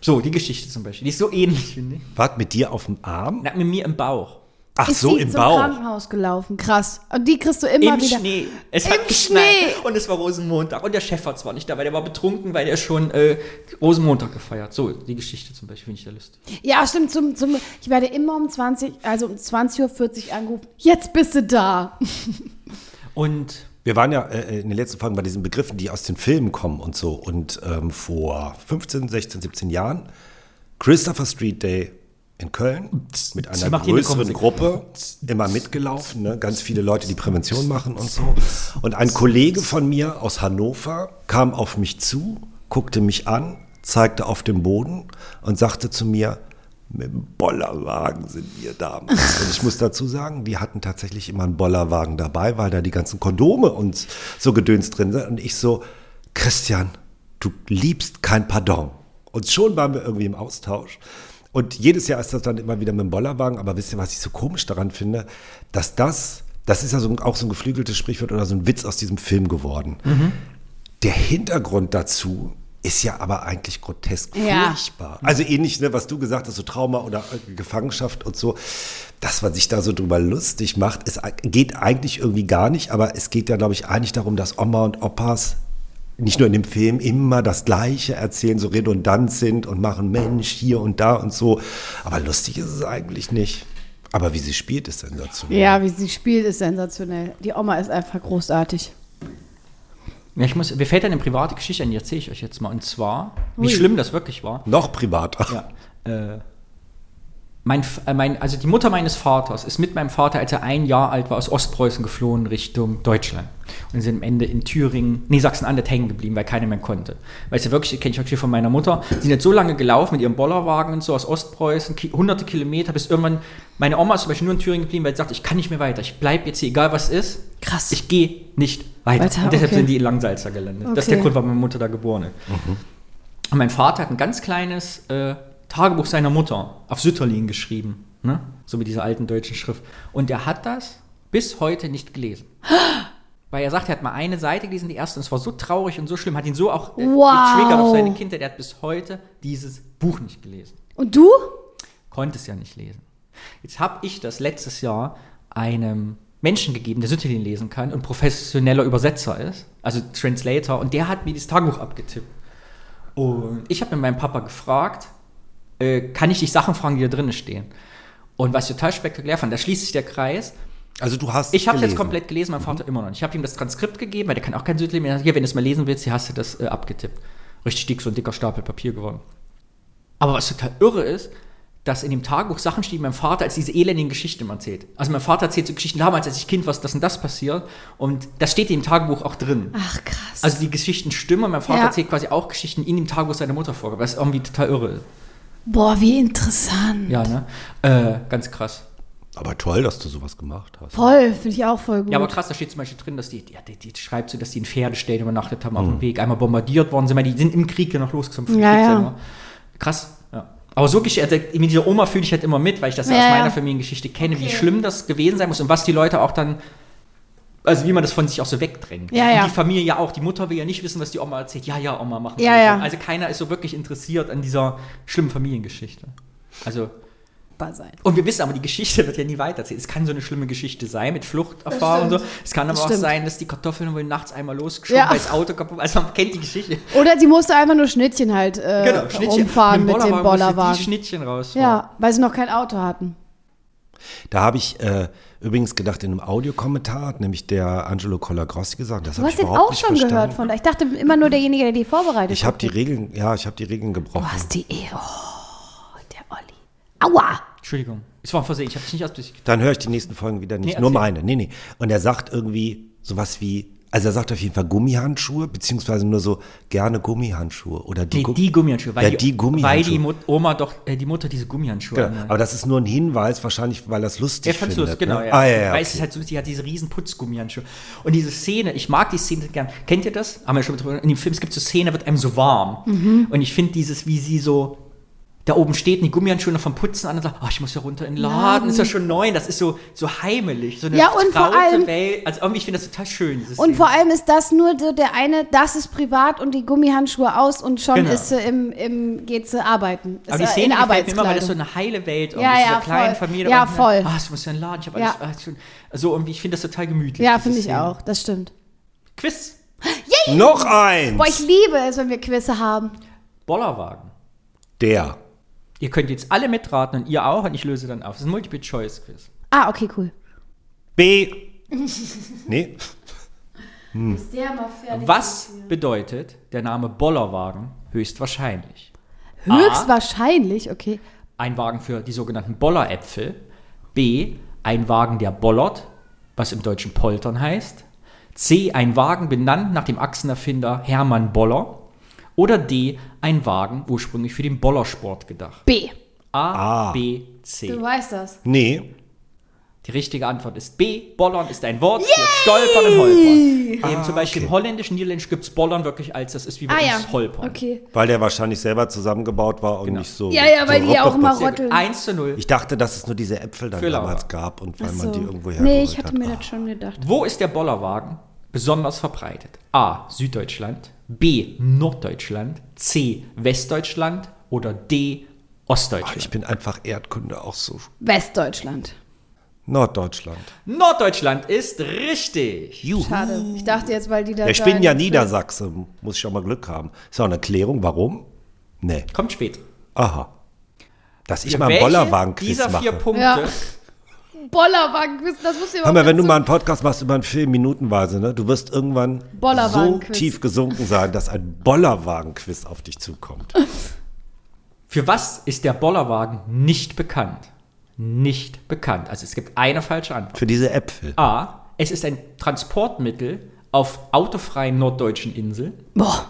[SPEAKER 4] So, die Geschichte zum Beispiel, die ist so ähnlich, finde ich.
[SPEAKER 9] Wart mit dir auf dem Arm?
[SPEAKER 4] Na, mit mir im Bauch.
[SPEAKER 9] Ach
[SPEAKER 3] ist
[SPEAKER 9] so,
[SPEAKER 3] die
[SPEAKER 9] im
[SPEAKER 3] zum
[SPEAKER 9] Bauch.
[SPEAKER 3] Krankenhaus gelaufen. Krass. Und die kriegst du immer
[SPEAKER 4] Im
[SPEAKER 3] wieder.
[SPEAKER 4] Schnee. Es
[SPEAKER 3] Im
[SPEAKER 4] hat geschneit
[SPEAKER 3] Schnee.
[SPEAKER 4] und es war Rosenmontag. Und der Chefarzt war nicht dabei, der war betrunken, weil er schon äh, Rosenmontag gefeiert. So, die Geschichte zum Beispiel finde ich da lustig.
[SPEAKER 3] Ja, stimmt. Zum, zum, ich werde immer um 20, also um 20.40 Uhr angerufen. Jetzt bist du da.
[SPEAKER 4] Und
[SPEAKER 9] Wir waren ja äh, in den letzten Folgen bei diesen Begriffen, die aus den Filmen kommen und so. Und ähm, vor 15, 16, 17 Jahren Christopher Street Day in Köln mit
[SPEAKER 4] Sie
[SPEAKER 9] einer
[SPEAKER 4] macht hier eine
[SPEAKER 9] größeren
[SPEAKER 4] Kommusik.
[SPEAKER 9] Gruppe immer mitgelaufen. Ne? Ganz viele Leute, die Prävention machen und so. Und ein Kollege von mir aus Hannover kam auf mich zu, guckte mich an, zeigte auf den Boden und sagte zu mir, mit dem Bollerwagen sind wir damals. Und ich muss dazu sagen, wir hatten tatsächlich immer einen Bollerwagen dabei, weil da die ganzen Kondome und so Gedöns drin sind. Und ich so, Christian, du liebst kein Pardon. Und schon waren wir irgendwie im Austausch. Und jedes Jahr ist das dann immer wieder mit dem Bollerwagen. Aber wisst ihr, was ich so komisch daran finde? Dass das, das ist ja so, ein- auch so ein geflügeltes Sprichwort oder so ein Witz aus diesem Film geworden. Der Hintergrund dazu ist ja aber eigentlich grotesk
[SPEAKER 3] Ja.
[SPEAKER 9] furchtbar. Also ähnlich, ne, was du gesagt hast, so Trauma oder äh, Gefangenschaft und so, dass man sich da so drüber lustig macht, es geht eigentlich irgendwie gar nicht, aber es geht ja, glaube ich, eigentlich darum, dass Oma und Opas nicht nur in dem Film immer das Gleiche erzählen, so redundant sind und machen Mensch hier und da und so. Aber lustig ist es eigentlich nicht. Aber wie sie spielt, ist sensationell.
[SPEAKER 3] Ja, wie sie spielt, ist sensationell. Die Oma ist einfach großartig.
[SPEAKER 4] ja, ich muss, mir fällt eine private Geschichte ein, die erzähle ich euch jetzt mal. Und zwar, wie schlimm das wirklich war.
[SPEAKER 9] Noch privater.
[SPEAKER 4] äh, mein, F- äh, mein, also die Mutter meines Vaters ist mit meinem Vater, als er ein Jahr alt war, aus Ostpreußen geflohen Richtung Deutschland. Und sind am Ende in Thüringen, nee, Sachsen-Anhalt hängen geblieben, weil keiner mehr konnte. Weißt du, wirklich, kenne ich wirklich von meiner Mutter. Sie sind jetzt so lange gelaufen mit ihrem Bollerwagen und so aus Ostpreußen, ki hunderte Kilometer, bis irgendwann, meine Oma ist zum Beispiel nur in Thüringen geblieben, weil sie sagt, ich kann nicht mehr weiter, ich bleibe jetzt hier, egal was ist.
[SPEAKER 3] Krass.
[SPEAKER 4] Ich gehe nicht weiter.
[SPEAKER 3] Weiter,
[SPEAKER 4] und deshalb
[SPEAKER 3] okay.
[SPEAKER 4] sind die in Langsalza gelandet. Das ist der
[SPEAKER 3] Okay.
[SPEAKER 4] Grund, warum meine Mutter da geboren ist. Und mein Vater hat ein ganz kleines äh, Tagebuch seiner Mutter auf Sütterlin geschrieben. Ne? So mit dieser alten deutschen Schrift. Und er hat das bis heute nicht gelesen. Weil er sagt, er hat mal eine Seite gelesen, die erste, und es war so traurig und so schlimm, hat ihn so auch äh,
[SPEAKER 3] Wow.
[SPEAKER 4] getriggert auf seine Kindheit. Er hat bis heute dieses Buch nicht gelesen.
[SPEAKER 3] Und du?
[SPEAKER 4] Konnte es ja nicht lesen. Jetzt habe ich das letztes Jahr einem Menschen gegeben, der Sütterlin lesen kann und professioneller Übersetzer ist, also Translator, und der hat mir dieses Tagebuch abgetippt. Und ich habe mit meinem Papa gefragt, äh, kann ich dich Sachen fragen, die da drinnen stehen? Und was ich total spektakulär fand, da schließt sich der Kreis.
[SPEAKER 9] Also du hast
[SPEAKER 4] Ich habe jetzt
[SPEAKER 9] gelesen.
[SPEAKER 4] komplett gelesen, mein Vater immer noch nicht. Ich habe ihm das Transkript gegeben, weil der kann auch kein Südleben mehr. Hier, wenn du es mal lesen willst, hier hast du das äh, abgetippt. Richtig dick, so ein dicker Stapel Papier geworden. Aber was total irre ist, dass in dem Tagebuch Sachen stehen, die mein Vater als diese elendigen Geschichten immer erzählt. Also mein Vater erzählt so Geschichten damals, als ich Kind, was das und das passiert. Und das steht im Tagebuch auch drin.
[SPEAKER 3] Ach, krass.
[SPEAKER 4] Also die Geschichten stimmen. Mein Vater
[SPEAKER 3] Ja.
[SPEAKER 4] erzählt quasi auch Geschichten in dem Tagebuch seiner Mutter vor, was irgendwie total irre ist.
[SPEAKER 3] Boah, wie interessant.
[SPEAKER 4] Ja, ne? Äh, ganz krass.
[SPEAKER 9] Aber toll, dass du sowas gemacht hast.
[SPEAKER 3] Voll, finde ich auch voll gut.
[SPEAKER 4] Ja, aber krass, da steht zum Beispiel drin, dass die, ja, die, die schreibt so, dass die in Pferdestellen übernachtet haben auf dem Weg, einmal bombardiert worden sind, weil die sind im Krieg ja noch losgekommen. vom
[SPEAKER 3] Ja,
[SPEAKER 4] Krieg
[SPEAKER 3] ja.
[SPEAKER 4] selber. Krass, ja. Aber so Geschichte, also mit dieser Oma fühle ich halt immer mit, weil ich das
[SPEAKER 3] Ja,
[SPEAKER 4] aus
[SPEAKER 3] ja.
[SPEAKER 4] meiner Familiengeschichte kenne, wie schlimm das gewesen sein muss und was die Leute auch dann, also wie man das von sich auch so wegdrängt.
[SPEAKER 3] Ja,
[SPEAKER 4] und
[SPEAKER 3] ja.
[SPEAKER 4] die Familie ja auch, die Mutter will ja nicht wissen, was die Oma erzählt. Ja, ja, Oma, machen wir
[SPEAKER 3] Ja, ja.
[SPEAKER 4] Also keiner ist so wirklich interessiert an dieser schlimmen Familiengeschichte. Also
[SPEAKER 3] Dankbar sein.
[SPEAKER 4] und wir wissen aber, die Geschichte wird ja nie weitererzählt. Es kann so eine schlimme Geschichte sein mit Fluchterfahrung und so. Es kann aber
[SPEAKER 3] Das
[SPEAKER 4] auch
[SPEAKER 3] stimmt.
[SPEAKER 4] sein, dass die Kartoffeln wohl nachts einmal losgeschoben,
[SPEAKER 3] Ja. Äh,
[SPEAKER 4] weil das Auto kaputt Also man kennt die Geschichte. Genau,
[SPEAKER 3] Oder sie musste einfach nur Schnittchen halt äh, umfahren mit dem
[SPEAKER 4] musste
[SPEAKER 3] Bollerwagen.
[SPEAKER 4] Die Schnittchen raus.
[SPEAKER 3] Ja, weil sie noch kein Auto hatten.
[SPEAKER 9] Da habe ich äh, übrigens gedacht, in einem Audiokommentar hat nämlich der Angelo Colagrossi gesagt, das
[SPEAKER 3] Du
[SPEAKER 9] habe
[SPEAKER 3] hast
[SPEAKER 9] ich
[SPEAKER 3] den
[SPEAKER 9] überhaupt
[SPEAKER 3] auch
[SPEAKER 9] nicht
[SPEAKER 3] schon
[SPEAKER 9] verstanden.
[SPEAKER 3] gehört von. Ich dachte immer nur derjenige, der die vorbereitet
[SPEAKER 9] Ich habe die Regeln, ja, ich habe die Regeln gebrochen.
[SPEAKER 3] Was die Ehe. Oh, der Olli. Aua!
[SPEAKER 4] Entschuldigung. Es war ein Versehen. Ich habe es nicht absichtlich.
[SPEAKER 9] Dann höre ich die nächsten Folgen wieder nicht.
[SPEAKER 4] Nee,
[SPEAKER 9] Nur
[SPEAKER 4] erzähl.
[SPEAKER 9] meine. Nee, nee. Und er sagt irgendwie sowas wie, also er sagt auf jeden Fall Gummihandschuhe, beziehungsweise nur so gerne Gummihandschuhe. Oder die,
[SPEAKER 4] Nee,
[SPEAKER 9] Gum-
[SPEAKER 4] die Gummihandschuhe.
[SPEAKER 9] Ja, die Gummihandschuhe.
[SPEAKER 4] Weil die Mut Oma doch, äh, die Mutter diese Gummihandschuhe
[SPEAKER 9] Genau.
[SPEAKER 4] anhat.
[SPEAKER 9] Aber das ist nur ein Hinweis, wahrscheinlich, weil er es lustig
[SPEAKER 4] Ja, fand's
[SPEAKER 9] findet.
[SPEAKER 4] lustig, genau.
[SPEAKER 9] ne?
[SPEAKER 4] Ja.
[SPEAKER 9] Ah, ja, ja,
[SPEAKER 4] Weil
[SPEAKER 9] okay.
[SPEAKER 4] es ist halt so, sie hat diese riesen Putzgummihandschuhe. Und diese Szene, ich mag die Szene gern. Kennt ihr das? Haben wir schon drüber In dem Film, es gibt so Szene, wird einem so warm.
[SPEAKER 3] Mhm.
[SPEAKER 4] Und ich finde dieses, wie sie so da oben steht und die Gummihandschuhe noch vom Putzen an und sagt, "Ah, ich muss ja runter in den Laden, ist ja schon neun. Das ist so, so heimelig. So eine
[SPEAKER 3] Ja, und vor
[SPEAKER 4] vertraute
[SPEAKER 3] allem-
[SPEAKER 4] Welt. Also irgendwie, ich finde das total schön. diese
[SPEAKER 3] Und
[SPEAKER 4] Szene.
[SPEAKER 3] vor allem ist das nur so der eine, das ist privat und die Gummihandschuhe aus und schon
[SPEAKER 4] Genau.
[SPEAKER 3] ist sie im, im geht sie arbeiten. Ist
[SPEAKER 4] Aber die
[SPEAKER 3] sie
[SPEAKER 4] Szene
[SPEAKER 3] äh, in
[SPEAKER 4] gefällt mir immer, weil das so
[SPEAKER 3] Arbeitskleidung.
[SPEAKER 4] eine heile Welt irgendwie
[SPEAKER 3] Ja,
[SPEAKER 4] ist,
[SPEAKER 3] ja,
[SPEAKER 4] dieser kleinen
[SPEAKER 3] voll.
[SPEAKER 4] Familie.
[SPEAKER 3] Ja,
[SPEAKER 4] und,
[SPEAKER 3] voll.
[SPEAKER 4] Ah, ich muss ja in den Laden, ich habe
[SPEAKER 3] Ja.
[SPEAKER 4] alles. Ah, schön. Also irgendwie, ich finde das total gemütlich.
[SPEAKER 3] Ja,
[SPEAKER 4] diese
[SPEAKER 3] finde ich
[SPEAKER 4] Szene.
[SPEAKER 3] auch. Das stimmt.
[SPEAKER 4] Quiz.
[SPEAKER 9] Noch eins.
[SPEAKER 3] Boah, ich liebe es, wenn wir Quizze haben.
[SPEAKER 4] Bollerwagen.
[SPEAKER 9] Der.
[SPEAKER 4] Ihr könnt jetzt alle mitraten und ihr auch und ich löse dann auf. Das ist ein Multiple-Choice-Quiz.
[SPEAKER 3] Ah, okay, cool.
[SPEAKER 9] B. nee.
[SPEAKER 4] Was bedeutet der Name Bollerwagen höchstwahrscheinlich?
[SPEAKER 3] Höchstwahrscheinlich, okay.
[SPEAKER 4] Ein Wagen für die sogenannten Bolleräpfel. B. Ein Wagen, der bollert, was im Deutschen poltern heißt. C. Ein Wagen benannt nach dem Achsenerfinder Hermann Boller. Oder D. Ein Wagen ursprünglich für den Bollersport gedacht.
[SPEAKER 3] B.
[SPEAKER 4] A, B, C.
[SPEAKER 3] Du weißt das.
[SPEAKER 9] Nee.
[SPEAKER 4] Die richtige Antwort ist B. Bollern ist ein Wort für Stolpern und Holpern. Eben zum Beispiel im Holländischen, Niederländisch gibt es Bollern wirklich als, das ist wie bei
[SPEAKER 3] Ah
[SPEAKER 4] uns
[SPEAKER 3] ja.
[SPEAKER 4] Holpern.
[SPEAKER 3] Okay.
[SPEAKER 9] Weil der wahrscheinlich selber zusammengebaut war und
[SPEAKER 4] Genau.
[SPEAKER 9] nicht so.
[SPEAKER 3] Ja, ja,
[SPEAKER 9] so
[SPEAKER 3] weil die ja auch immer
[SPEAKER 9] ruppig-
[SPEAKER 3] rotteln.
[SPEAKER 4] 1 zu 0.
[SPEAKER 9] Ich dachte, dass es nur diese Äpfel dann
[SPEAKER 4] Für Laura.
[SPEAKER 9] damals gab und weil
[SPEAKER 3] Achso.
[SPEAKER 9] man die irgendwo hergeholt
[SPEAKER 3] Nee, ich hatte
[SPEAKER 9] hat.
[SPEAKER 3] mir
[SPEAKER 9] Ah.
[SPEAKER 3] das schon gedacht.
[SPEAKER 4] Wo ist der Bollerwagen besonders verbreitet? A. Süddeutschland. B. Norddeutschland. C. Westdeutschland. Oder D. Ostdeutschland.
[SPEAKER 9] Ich bin einfach Erdkunde auch so.
[SPEAKER 3] Westdeutschland.
[SPEAKER 9] Norddeutschland.
[SPEAKER 4] Norddeutschland ist richtig.
[SPEAKER 9] Juhu.
[SPEAKER 3] Schade. Ich dachte jetzt, weil die da.
[SPEAKER 9] Ja, ich bin
[SPEAKER 3] sein-
[SPEAKER 9] ja Niedersachse, muss ich auch mal Glück haben. Ist auch eine Erklärung, warum? Nee.
[SPEAKER 4] Kommt spät.
[SPEAKER 9] Aha. Dass ich
[SPEAKER 4] Für
[SPEAKER 9] mal einen
[SPEAKER 4] welche
[SPEAKER 9] Bollerwagen-Quiz
[SPEAKER 4] Dieser vier
[SPEAKER 9] mache.
[SPEAKER 4] Punkte.
[SPEAKER 3] Ja. Bollerwagen-Quiz, das musst du
[SPEAKER 9] Hör mal, wenn du
[SPEAKER 3] dazu-
[SPEAKER 9] mal einen Podcast machst über einen Film minutenweise, ne? Du wirst irgendwann so
[SPEAKER 3] Bollerwagen-Quiz.
[SPEAKER 9] tief gesunken sein, dass ein Bollerwagen-Quiz auf dich zukommt.
[SPEAKER 4] Für was ist der Bollerwagen nicht bekannt? Nicht bekannt. Also es gibt eine falsche Antwort.
[SPEAKER 9] Für diese Äpfel.
[SPEAKER 4] A. Es ist ein Transportmittel auf autofreien norddeutschen Inseln.
[SPEAKER 3] Boah.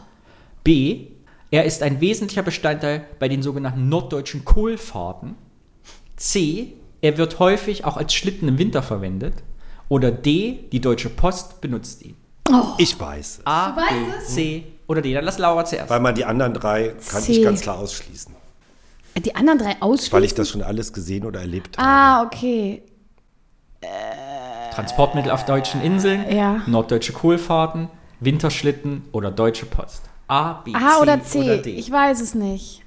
[SPEAKER 4] B. Er ist ein wesentlicher Bestandteil bei den sogenannten norddeutschen Kohlfahrten. C. Er wird häufig auch als Schlitten im Winter verwendet. Oder D. Die Deutsche Post benutzt ihn.
[SPEAKER 9] Ich weiß. es.
[SPEAKER 4] A, B, C oder D. Dann lass Laura zuerst.
[SPEAKER 9] Weil man die anderen drei kann
[SPEAKER 3] C.
[SPEAKER 9] ich ganz klar ausschließen.
[SPEAKER 3] Die anderen drei ausschließen.
[SPEAKER 9] Weil ich das schon alles gesehen oder erlebt habe.
[SPEAKER 3] Ah, okay.
[SPEAKER 4] Transportmittel auf deutschen Inseln,
[SPEAKER 3] Ja.
[SPEAKER 4] norddeutsche Kohlfahrten, Winterschlitten oder Deutsche Post. A, B,
[SPEAKER 3] A
[SPEAKER 4] C,
[SPEAKER 3] oder C.
[SPEAKER 4] oder D.
[SPEAKER 3] Ich weiß es nicht.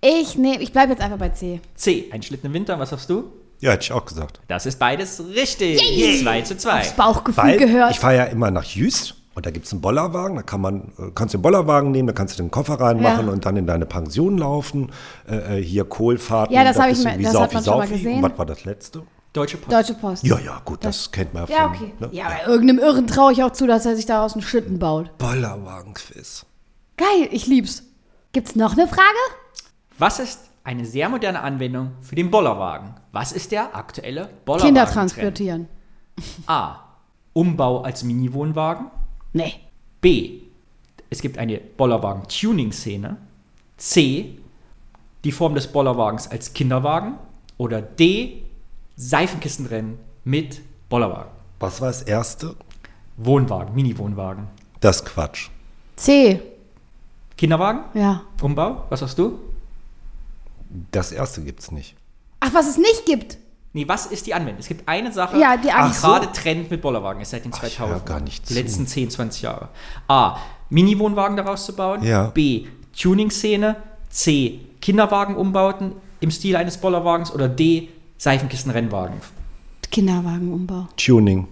[SPEAKER 3] Ich nehme, ich bleibe jetzt einfach bei C.
[SPEAKER 4] C. Ein Schlitten im Winter, was sagst du?
[SPEAKER 9] Ja, hätte ich auch gesagt.
[SPEAKER 4] Das ist beides richtig. 2 zu 2.
[SPEAKER 3] Das Bauchgefühl
[SPEAKER 9] Weil
[SPEAKER 3] gehört.
[SPEAKER 9] ich fahre ja immer nach Jüst und da gibt es einen Bollerwagen, da kann man, äh, kannst du den Bollerwagen nehmen, da kannst du den Koffer reinmachen
[SPEAKER 3] Ja.
[SPEAKER 9] und dann in deine Pension laufen. Äh, äh, hier Kohlfahrten.
[SPEAKER 3] Ja, das
[SPEAKER 9] da
[SPEAKER 3] hab ich
[SPEAKER 9] bist du
[SPEAKER 3] mir-
[SPEAKER 9] wie
[SPEAKER 3] das
[SPEAKER 9] Sau-
[SPEAKER 3] hat man
[SPEAKER 9] wie
[SPEAKER 3] schon mal
[SPEAKER 9] Saufi. Und
[SPEAKER 3] gesehen.
[SPEAKER 9] Was war das letzte?
[SPEAKER 4] Deutsche Post.
[SPEAKER 3] Deutsche Post.
[SPEAKER 9] Ja, ja, gut, das, kennt man
[SPEAKER 3] Ja,
[SPEAKER 9] von,
[SPEAKER 3] okay.
[SPEAKER 9] ne?
[SPEAKER 3] Ja, bei irgendeinem Irren traue ich auch zu, dass er sich daraus einen Schlitten baut.
[SPEAKER 9] Bollerwagen-Quiz.
[SPEAKER 3] Geil, ich lieb's. Gibt's noch eine Frage?
[SPEAKER 4] Was ist eine sehr moderne Anwendung für den Bollerwagen? Was ist der aktuelle Bollerwagen?
[SPEAKER 3] Kinder transportieren.
[SPEAKER 4] A. Umbau als Mini-Wohnwagen.
[SPEAKER 3] Nee.
[SPEAKER 4] B. Es gibt eine Bollerwagen-Tuning-Szene. C. Die Form des Bollerwagens als Kinderwagen. Oder D. Seifenkistenrennen mit Bollerwagen.
[SPEAKER 9] Was war das erste?
[SPEAKER 4] Wohnwagen, Mini-Wohnwagen.
[SPEAKER 9] Das Quatsch.
[SPEAKER 3] C.
[SPEAKER 4] Kinderwagen?
[SPEAKER 3] Ja.
[SPEAKER 4] Umbau? Was hast du?
[SPEAKER 9] Das erste gibt's nicht.
[SPEAKER 3] Ach, was es nicht gibt.
[SPEAKER 4] Nee, was ist die Anwendung? Es gibt eine Sache,
[SPEAKER 3] Ja, die Ach
[SPEAKER 4] die
[SPEAKER 3] so.
[SPEAKER 4] gerade Trend mit Bollerwagen ist seit den 2000
[SPEAKER 9] hör gar nicht
[SPEAKER 4] Die
[SPEAKER 9] zu.
[SPEAKER 4] letzten 10, 20 Jahre. A. Mini-Wohnwagen daraus zu bauen.
[SPEAKER 9] Ja.
[SPEAKER 4] B. Tuning-Szene. C. Kinderwagenumbauten im Stil eines Bollerwagens. Oder D. Seifenkisten-Rennwagen.
[SPEAKER 3] Kinderwagenumbau.
[SPEAKER 9] Tuning.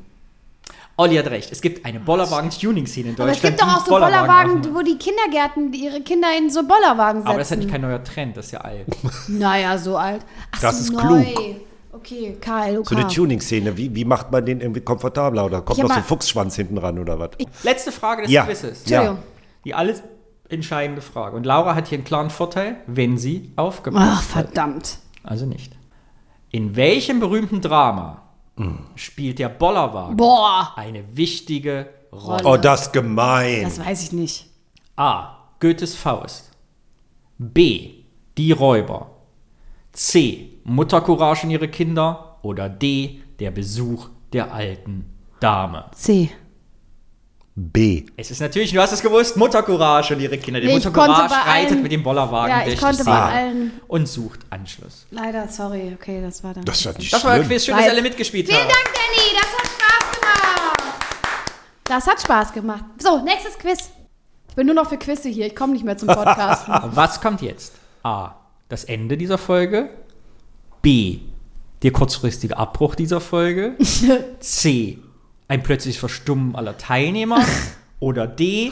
[SPEAKER 4] Olli hat recht. Es gibt eine Bollerwagen-Tuning-Szene in
[SPEAKER 3] Aber
[SPEAKER 4] Deutschland.
[SPEAKER 3] es gibt doch auch so
[SPEAKER 4] die
[SPEAKER 3] Bollerwagen,
[SPEAKER 4] machen.
[SPEAKER 3] wo die Kindergärten ihre Kinder in so Bollerwagen setzen.
[SPEAKER 4] Aber das ist halt nicht kein neuer Trend, das ist ja alt.
[SPEAKER 3] Naja, so alt. Ach,
[SPEAKER 9] Das
[SPEAKER 3] so
[SPEAKER 9] ist
[SPEAKER 3] neu.
[SPEAKER 9] klug.
[SPEAKER 3] Okay, KLOK.
[SPEAKER 9] So
[SPEAKER 4] Ah.
[SPEAKER 9] eine Tuning-Szene, wie, wie macht man den irgendwie komfortabler? Oder kommt
[SPEAKER 3] Ich hab
[SPEAKER 9] noch so ein
[SPEAKER 3] mal-
[SPEAKER 9] Fuchsschwanz hinten ran oder was?
[SPEAKER 4] Letzte Frage des
[SPEAKER 9] Ja.
[SPEAKER 4] Quizzes.
[SPEAKER 3] Entschuldigung.
[SPEAKER 4] Die alles entscheidende Frage. Und Laura hat hier einen klaren Vorteil, wenn sie
[SPEAKER 3] Ach,
[SPEAKER 4] aufgepasst hat.
[SPEAKER 3] verdammt.
[SPEAKER 4] Also nicht. In welchem berühmten Drama spielt der Bollerwagen
[SPEAKER 3] Boah.
[SPEAKER 4] eine wichtige Rolle?
[SPEAKER 9] Oh, das ist gemein.
[SPEAKER 3] Das weiß ich nicht.
[SPEAKER 4] A. Goethes Faust. B. Die Räuber. C. Muttercourage in ihre Kinder. Oder D. Der Besuch der alten Dame.
[SPEAKER 3] C.
[SPEAKER 9] B.
[SPEAKER 4] Es ist natürlich, du hast es gewusst, Muttercourage und ihre Kinder. Die
[SPEAKER 3] Nee, ich
[SPEAKER 4] Muttercourage
[SPEAKER 3] konnte bei
[SPEAKER 4] reitet
[SPEAKER 3] allen-
[SPEAKER 4] mit dem Bollerwagen
[SPEAKER 3] Ja, ich
[SPEAKER 4] durch
[SPEAKER 3] konnte
[SPEAKER 4] die
[SPEAKER 3] bei
[SPEAKER 4] Szene
[SPEAKER 3] allen.
[SPEAKER 4] und sucht Anschluss.
[SPEAKER 3] Leider, sorry. Okay, das war dann.
[SPEAKER 9] Das ist ja nicht
[SPEAKER 4] Das war der
[SPEAKER 9] schlimm.
[SPEAKER 4] Quiz. Schön, dass
[SPEAKER 3] Weiß.
[SPEAKER 4] ihr alle mitgespielt
[SPEAKER 3] Vielen
[SPEAKER 4] habt.
[SPEAKER 3] Dank, Danny. Das hat Spaß gemacht. Das hat Spaß gemacht. So, nächstes Quiz. Ich bin nur noch für Quizze hier. Ich komme nicht mehr zum Podcast.
[SPEAKER 4] Was kommt jetzt? A. Das Ende dieser Folge. B. Der kurzfristige Abbruch dieser Folge. C. Ein plötzliches Verstummen aller Teilnehmer. Oder D.